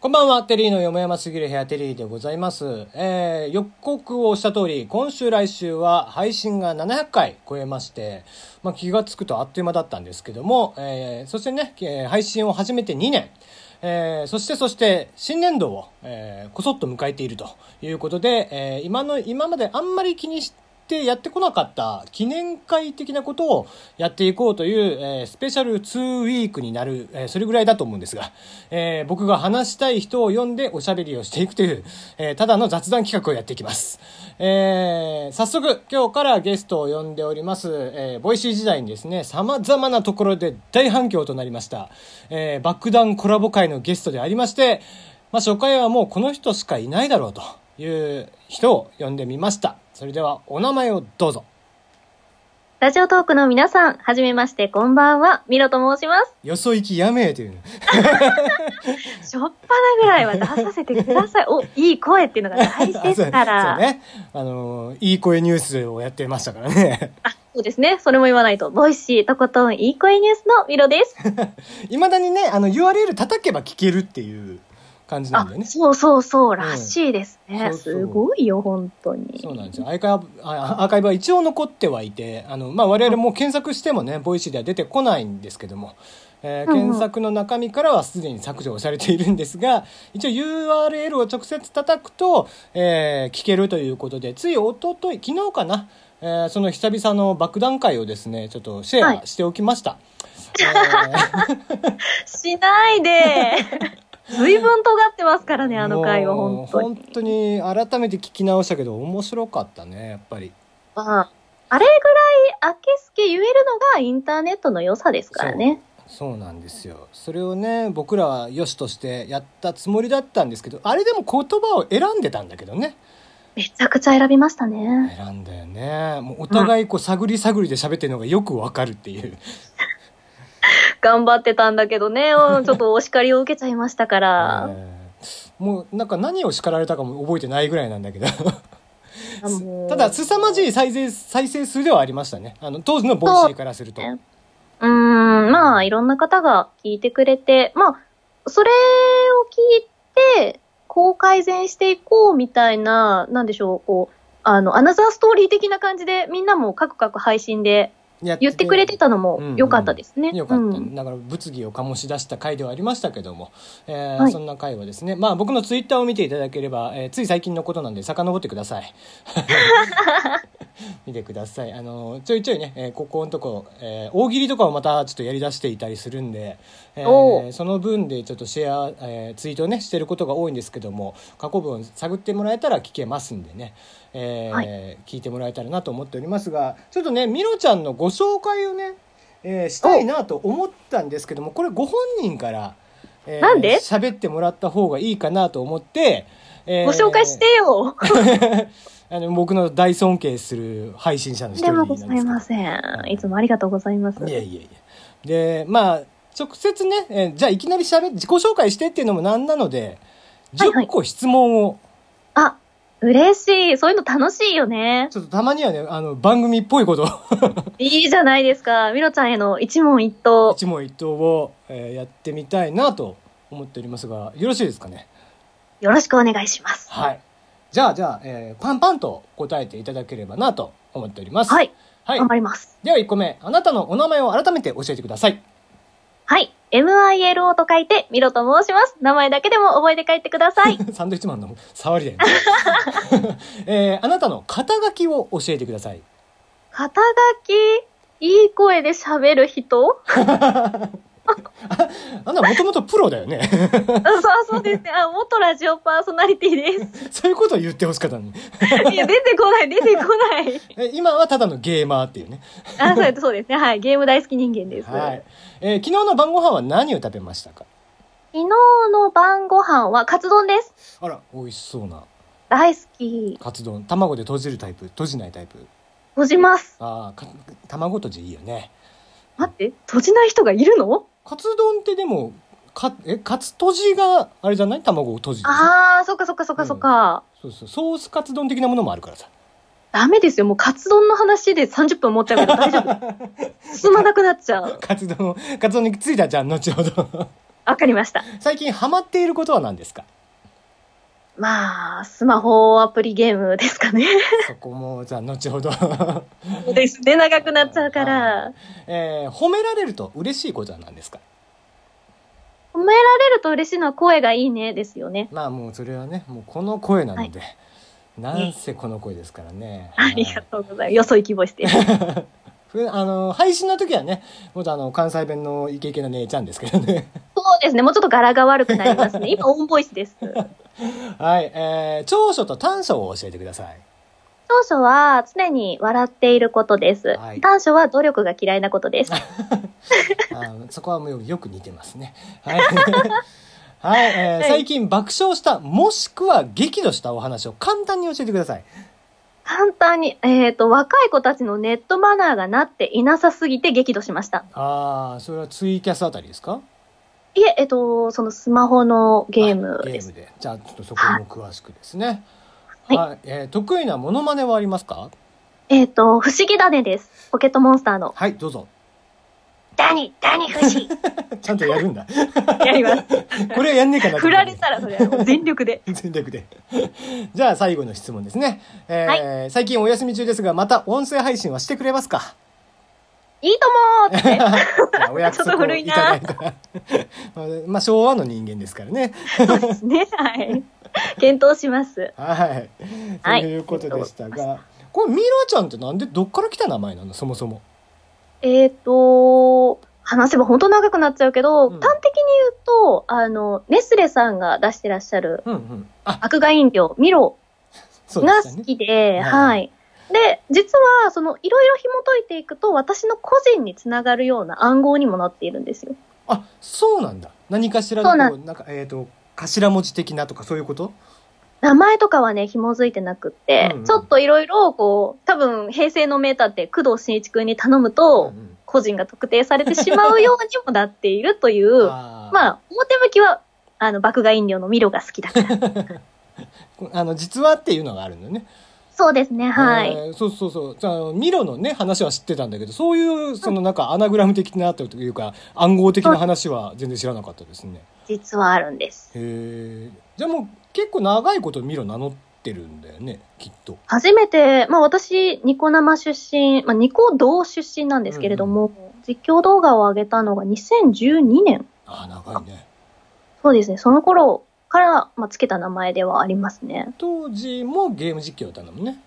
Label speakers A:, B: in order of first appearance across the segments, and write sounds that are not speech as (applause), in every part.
A: こんばんは、テリーのよもやますぎる部屋テリーでございます。えー、予告をした通り、今週来週は配信が700回超えまして、まあ、気がつくとあっという間だったんですけども、えー、そしてね、えー配信を始めて2年、えー、そしてそして新年度を、えー、こそっと迎えているということで、えー、今の、今まであんまり気にして、やってこなかった記念会的なことをやっていこうという、えースペシャル2ウィークになる、えーそれぐらいだと思うんですが、えー僕が話したい人を読んでおしゃべりをしていくという、えーただの雑談企画をやっていきます。えー早速今日からゲストを呼んでおります、えーボイシー時代にですね、様々なところで大反響となりました、えー爆弾コラボ会のゲストでありまして、まあ、初回はもうこの人しかいないだろうという人を呼んでみました。それではお名前をどうぞ。
B: ラジオトークの皆さん、はじめまして、こんばんは、ミロと申します。
A: よそ行きやめえという。
B: しょっぱなぐらいは出させてくだ
A: (laughs)
B: さい。お、いい声っていうのが大事です
A: そ
B: か
A: う
B: ら。
A: ね。 (laughs) あのー、いい声ニュースをやってましたからね。 (laughs)
B: あそうですね。それも言わないと。ボイシー、とことんいい声ニュースのミロです。
A: いまだにね、あの URL 叩けば聞けるっていう感じなん
B: あ
A: だよね。そ
B: そうそうそう、らしいですね。
A: そうそう
B: すごいよ、本当に。
A: うなんですよ。アーカイブ、あアーカイブは一応残ってはいて、あの、まあ、我々も検索してもね、ボイシーでは出てこないんですけども、えー
B: うんうん
A: 検索の中身からはすでに削除をされているんですが、 (laughs) 一応 URL を直接叩くと、えー聞けるということで、つい一昨日昨日かな、えーその久々の爆弾会をですね、ちょっとシェアしておきま
B: (laughs)
A: した。えー
B: しな
A: (laughs)
B: いで随分尖ってますからね、あの回は、
A: もう
B: 本当に。
A: 本当に改めて聞き直したけど面白かったねやっぱり
B: まああれぐらい、あけすけ言えるのがインターネットの良さですからね。
A: そうなんですよそれをね僕らは良しとしてやったつもりだったんですけどあれでも言葉を選んでたんだけどね
B: めちゃくちゃ選びましたね。
A: 選んだよねもうお互いこう探り探りで喋ってるのがよくわかるっていう
B: 頑張ってたんだけどね、うんちょっとお叱りを受けちゃいました
A: (laughs)
B: から、
A: えーもうなんか何を叱られたかも覚えてないぐらいなんだけど
B: あもう
A: ただ凄まじい再生再生数ではありましたねあの当時のボイシーからすると
B: そうねうーん、まあ、いろんな方が聞いてくれて、まあ、それを聞いて、こう改善していこうみたいな、なんでしょう、こう、あの、アナザーストーリー的な感じで、みんなもカクカク配信で
A: や
B: 言ってくれてたのも
A: うん
B: 良かったですね。
A: よかった、
B: うん
A: だから物議を醸し出した回ではありましたけども、えー
B: はい
A: そんな回はですね、まあ、僕のツイッターを見ていただければ、えーつい最近のことなんで遡ってくださ
B: (laughs)
A: い見てくださいあのちょいちょいね、えーここのとこ、えー大喜利とかをまたちょっとやりだしていたりするんで、えー
B: おう
A: その分でちょっとシェア、えーツイートをねしてることが多いんですけども過去分探ってもらえたら聞けますんでね、えー
B: は
A: 聞いてもらえたらなと思っておりますがちょっとねみろちゃんのご紹介をねえーしたいなと思ったんですけどもこれご本人から、えー
B: なんで
A: 喋ってもらった方がいいかなと思って、えー
B: ご紹介してよ。
A: あの僕の大尊敬する配信者の一
B: で
A: 人なん
B: も
A: で
B: ご
A: す
B: ざ
A: けど
B: いません。いつもありがとうございます。
A: いやいやいやでまあ直接ね、えーじゃあいきなり喋自己紹介してっていうのもなんなので
B: はいはい
A: 10個質問を、
B: あ、嬉しい。そういうの楽しいよね。
A: ちょっとたまにはねあの番組っぽいことを (laughs)
B: いいじゃないですか。ミロちゃんへの一問一答。
A: 一問一答を、えーやってみたいなと思っておりますがよろしいですかね
B: よろしくお願いします。
A: はい。じゃあ、じゃあ、えーパンパンと答えていただければなと思っております。
B: はい。。
A: はい
B: 頑。張ります。
A: では1個目、あなたのお名前を改めて教えてください。
B: はい。MILO と書いて、ミロと申します。名前だけでも覚えて帰ってくだ
A: (laughs)
B: さい。
A: サンドイッチマンの触りだよね。 (laughs) えーあなたの肩書きを教えてください。
B: 肩書き、いい声で喋る人
A: あなたもともとプロだよね。 (laughs)
B: あそう、そうですね。あ、元ラジオパーソナリティ
A: (laughs)
B: です。
A: そういうことを言ってほしかったのに。
B: いや、出てこない、出てこない。
A: え今はただのゲーマーっていうね。
B: あ、そうですそうですね。はい。ゲーム大好き人間です。
A: はい。えー昨日の晩ご飯は何を食べましたか
B: 昨日の晩ご飯はカツ丼です。
A: あら、美味しそうな。
B: 大好き。
A: カツ丼。卵で閉じるタイプ、閉じないタイプ。
B: 閉じます。
A: ああ、か卵閉じいいよね。
B: 待って、閉じない人がいるの
A: カツ丼ってでもかえカツとじがあれじゃない卵をとじでしょ
B: あー、そっかそっかそっかそっか。
A: そうそうソースカツ丼的なものもあるからさ (laughs)
B: ダメですよ。もうカツ丼の話で30分持っちゃう (laughs) から大丈夫。進まなくなっちゃう。
A: カツ丼カツ丼についてはじゃあ後ほど (laughs)
B: わかりました。
A: 最近ハマっていることは何です (laughs) か
B: まあ、スマホアプリゲームですかね。
A: そこもじゃあ後ほど、
B: そう (laughs) ですね、長くなっちゃうから。
A: (laughs) えー褒められると嬉しいことは何ですか
B: 褒められると嬉しいのは声がいいねですよね。
A: まあもうそれはねもうこの声なので、なんせこの声ですからね、 (laughs)
B: ありがとうございます。よそ行きぼ (laughs) して。
A: ふあの配信の時はねもっとあの関西弁のイケイケな姉ちゃんですけどね (laughs)
B: そうですね、もうちょっと柄が悪くなります (laughs) ね。今、オンボイスです。
A: はい、えー長所と短所を教えてください
B: 長所は常に笑っていることです。
A: はい
B: 短所は努力が嫌いなことです。
A: あのそこはもうよく似てますねはい、 (laughs) はいえー
B: はい
A: 最近爆笑したもしくは激怒したお話を簡単に教えてください
B: 簡単に、えっ、と、若い子たちのネットマナーがなっていなさすぎて激怒しました。
A: ああそれはツイキャスあたりですか
B: いえ、えっ、と、そのスマホのゲーム
A: あゲ
B: で
A: ー
B: す。
A: ムでじゃあちょっとそこも詳しくですね
B: はい
A: はい、えー得意なモノマネはありますか
B: えっ、と、不思議だねです。ポケットモンスターの。
A: はいどうぞ (laughs)
B: ダニ、ダニ不思議。
A: ちゃんとやるんだ
B: やります。
A: これはやんねえかなと
B: 振
A: 思っ
B: ら
A: て
B: れたらそれ、もう
A: (laughs)
B: 全力で。
A: 全力で。じゃあ最後の質問ですね。えー最近お休み中ですが、また音声配信はしてくれますか
B: いいともーって。
A: じゃあお約
B: (laughs) ちょっと
A: 束を
B: 古い
A: い
B: な
A: ただいた。まあ (laughs) まあ昭和の人間ですからね。
B: そうですね。はい。検討します。
A: はい。
B: はい
A: ということでしたが、これミラちゃんってなんでどっから来た名前なのそもそも。
B: えっ、と、話せば本当長くなっちゃうけど、
A: うん
B: 端的に言うと、あの、ネスレさんが出してらっしゃる
A: うんうん。あ、
B: 麦芽飲料、ミロ
A: そうで
B: が
A: した
B: 好
A: ね。
B: きで、
A: はい
B: はい。で、実は、その、いろいろ紐解いていくと、私の個人につながるような暗号にもなっているんですよ。
A: あ、そうなんだ。何かしら
B: そう
A: の
B: な
A: こう、なんか、えっ、と、頭文字的なとかそういうこと
B: 名前とかはね、紐づいてなくって、
A: うんうん
B: ちょっといろいろ、こう、多分、平成の名探偵、工藤新一くんに頼む
A: う
B: と、
A: んうん
B: 個人が特定されてしまうようにもなっているという、
A: (laughs) あー
B: まあ、表向きは、あの、爆買い飲料のミロが好き
A: (laughs)
B: だから。
A: あの、実はっていうのがあるのね。
B: そうですね、はい。
A: えーそうそうそう。じゃあ、ミロのね、話は知ってたんだけど、そういう、そのなんかアナグラム的なというか、暗号的な話は全然知らなかったですね。
B: 実はあるんです。
A: へえ。じゃあもう結構長いことミロ名乗ってるんだよね、きっと。
B: 初めて、まあ私、ニコ生出身、まあニコ動出身なんですけれども、実況動画を上げたのが2012年。
A: ああ、長いね。
B: そうですね、その頃から、まあ、つけた名前ではありますね。
A: 当時もゲーム実況だったんだもんね。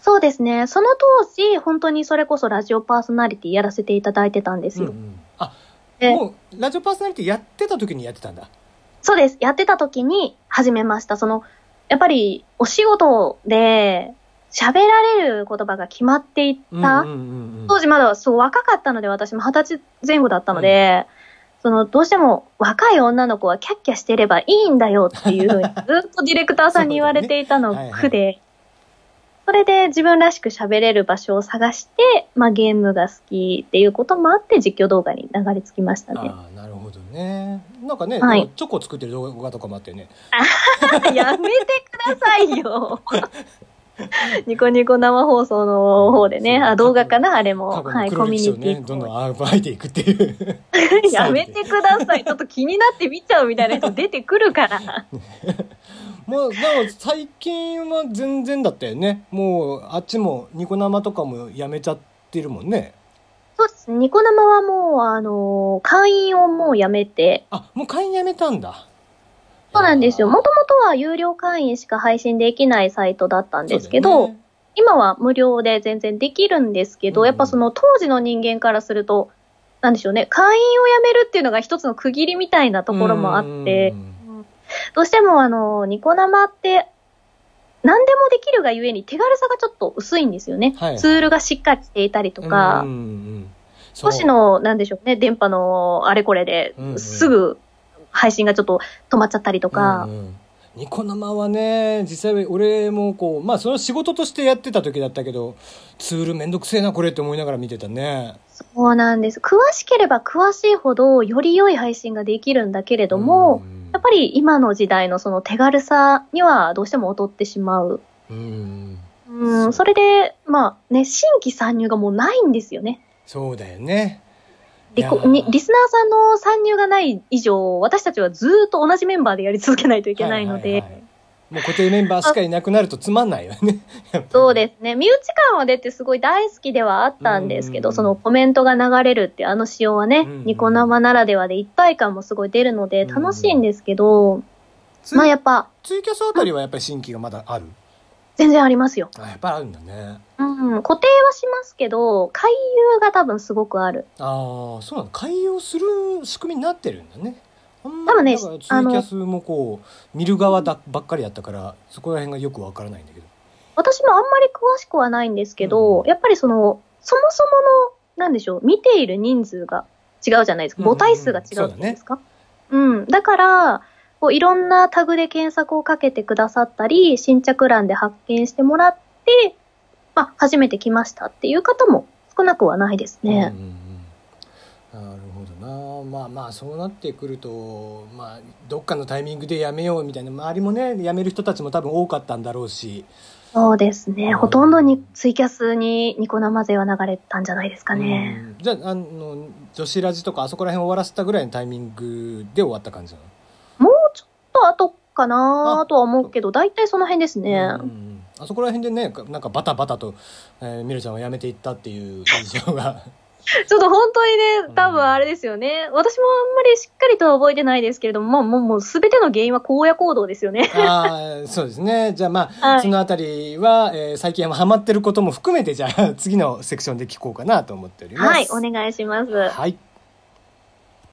B: そうですね、その当時、本当にそれこそラジオパーソナリティやらせていただいてたんです
A: うん
B: よ。
A: うん。あ、
B: で
A: もう、ラジオパーソナリティやってた時にやってたんだ。
B: そうです。やってた時に始めました。その、やっぱりお仕事で喋られる言葉が決まっていった。
A: うんうんうんうん。
B: 当時まだそう若かったので、私も二十歳前後だったので、その、どうしても若い女の子はキャッキャしてればいいんだよっていう
A: (laughs)
B: ふうにずっとディレクターさんに言われていたの
A: そうだね
B: が
A: はいはい
B: 苦で、それで自分らしく喋れる場所を探して、まあゲームが好きっていうこともあって実況動画に流れ着きましたね。
A: ああ、なるほどね。なんかね、
B: はい
A: でもチョコ作ってる動画とかもあってね。
B: (laughs) やめてください
A: (laughs)
B: よ。ニコニコ生放送の方でね、あ動画かなあれ
A: 過
B: も。
A: 去
B: は
A: の
B: い、
A: 黒
B: コミ
A: 歴
B: ュ
A: 史を
B: ニテ
A: ね、
B: ィ
A: どんどん暴いていくっていう。 (laughs)
B: やめてください。ちょっと気になって見ちゃうみたいな人出てく
A: (laughs)
B: るから。
A: もう、でも最近は全然だったよね。もう、あっちもニコ生とかもやめちゃってるもんね。
B: そうです。ニコ生はもう、あのー会員をもうやめて。
A: あ、もう会員やめたんだ。
B: そうなんですよ。
A: いやー
B: もともとは有料会員しか配信できないサイトだったんですけ
A: そう
B: ど、
A: だよね
B: 今は無料で全然できるんですけど、
A: うんうん
B: やっぱその当時の人間からすると、なんでしょうね、会員を辞めるっていうのが一つの区切りみたいなところもあって
A: う、ん
B: どうしてもあの、ニコ生って、何でもできるがゆえに手軽さがちょっと薄いんですよね。
A: はい
B: ツールがしっかりしていたりとか、
A: うんうん
B: 少し、の、なんでしょうね、電波のあれこれで
A: うんう、ん
B: すぐ配信がちょっと止まっちゃったりと
A: そう
B: か、
A: うんうんニコ生はね、実際俺もこう、まあその仕事としてやってた時だったけど、ツールめんどくせえなこれって思いながら見てたね。
B: そうなんです。詳しければ詳しいほど、より良い配信ができるんだけれども、
A: うん
B: やっぱり今の時代のその手軽さにはどうしても劣ってしまう。
A: うん
B: うん、
A: そう
B: それで、まあね、新規参入がもうないんですよね。
A: そうだよね。
B: リコ
A: いやー
B: にリスナーさんの参入がない以上、私たちはずーっと同じメンバーでやり続けないといけないので、
A: はははいもう固定メンバーしかいなくなるとつまんないよね
B: (laughs) そうですね。身内感は出てすごい大好きではあったんですけ
A: う
B: ど、
A: ん
B: そのコメントが流れるってあの仕様はね、
A: うん
B: ニコ生ならではで一体感もすごい出るの
A: う
B: で
A: ん
B: 楽しいんですけど、
A: つ
B: まあやっぱ
A: ツイキャスあたりはやっぱり新規がまだある
B: 全然ありますよ。
A: あやっぱりあるんだね
B: うん、固定はしますけど、回遊が多分すごくある。
A: ああそうなの開用する仕組みになってるんだねあん
B: 多分ね
A: だからツイキャスもこう見る側だばっかりだったからそこら辺がよくわからないんだけど
B: 私もあんまり詳しくはないんですけど、
A: うん
B: やっぱりその、そもそもの、なんでしょう、見ている人数が違うじゃないです
A: う
B: か。
A: んうんうん
B: 母体数が違うじゃないですか。うんだから、こういろんなタグで検索をかけてくださったり、新着欄で発見してもらって、まあ、初めて来ましたっていう方も少なくはないですね。
A: うんうんうん、なるほどなまあまあそうなってくると、まあ、どっかのタイミングでやめようみたいな周りもねやめる人たちも多分多かったんだろうし、
B: そうですね。
A: うん
B: ほとんどにツイキャスにニコ生勢は流れたんじゃないですかね。
A: うんじゃああの女子ラジとかあそこら辺終わらせたぐらいのタイミングで終わった感じなの
B: もうちょっと後か
A: あ
B: なとは思うけど、だいたいその辺ですね。
A: うんうんうんあそこら辺でねなんかバタバタと、えー、ミルちゃんは辞めていったっていう印象
B: (laughs)
A: が
B: ちょっと本当に
A: うん
B: ね、多分あれですよね。私もあんまりしっかりとは覚えてないですけれども、まあ、もう、もう、すべての原因は荒野行動ですよね。
A: ああそうですねじゃあまあ、
B: はい
A: そのあたりは、えー最近ハマってることも含めてじゃあ次のセクションで聞こうかなと思っております。
B: はい、お願いします。
A: はい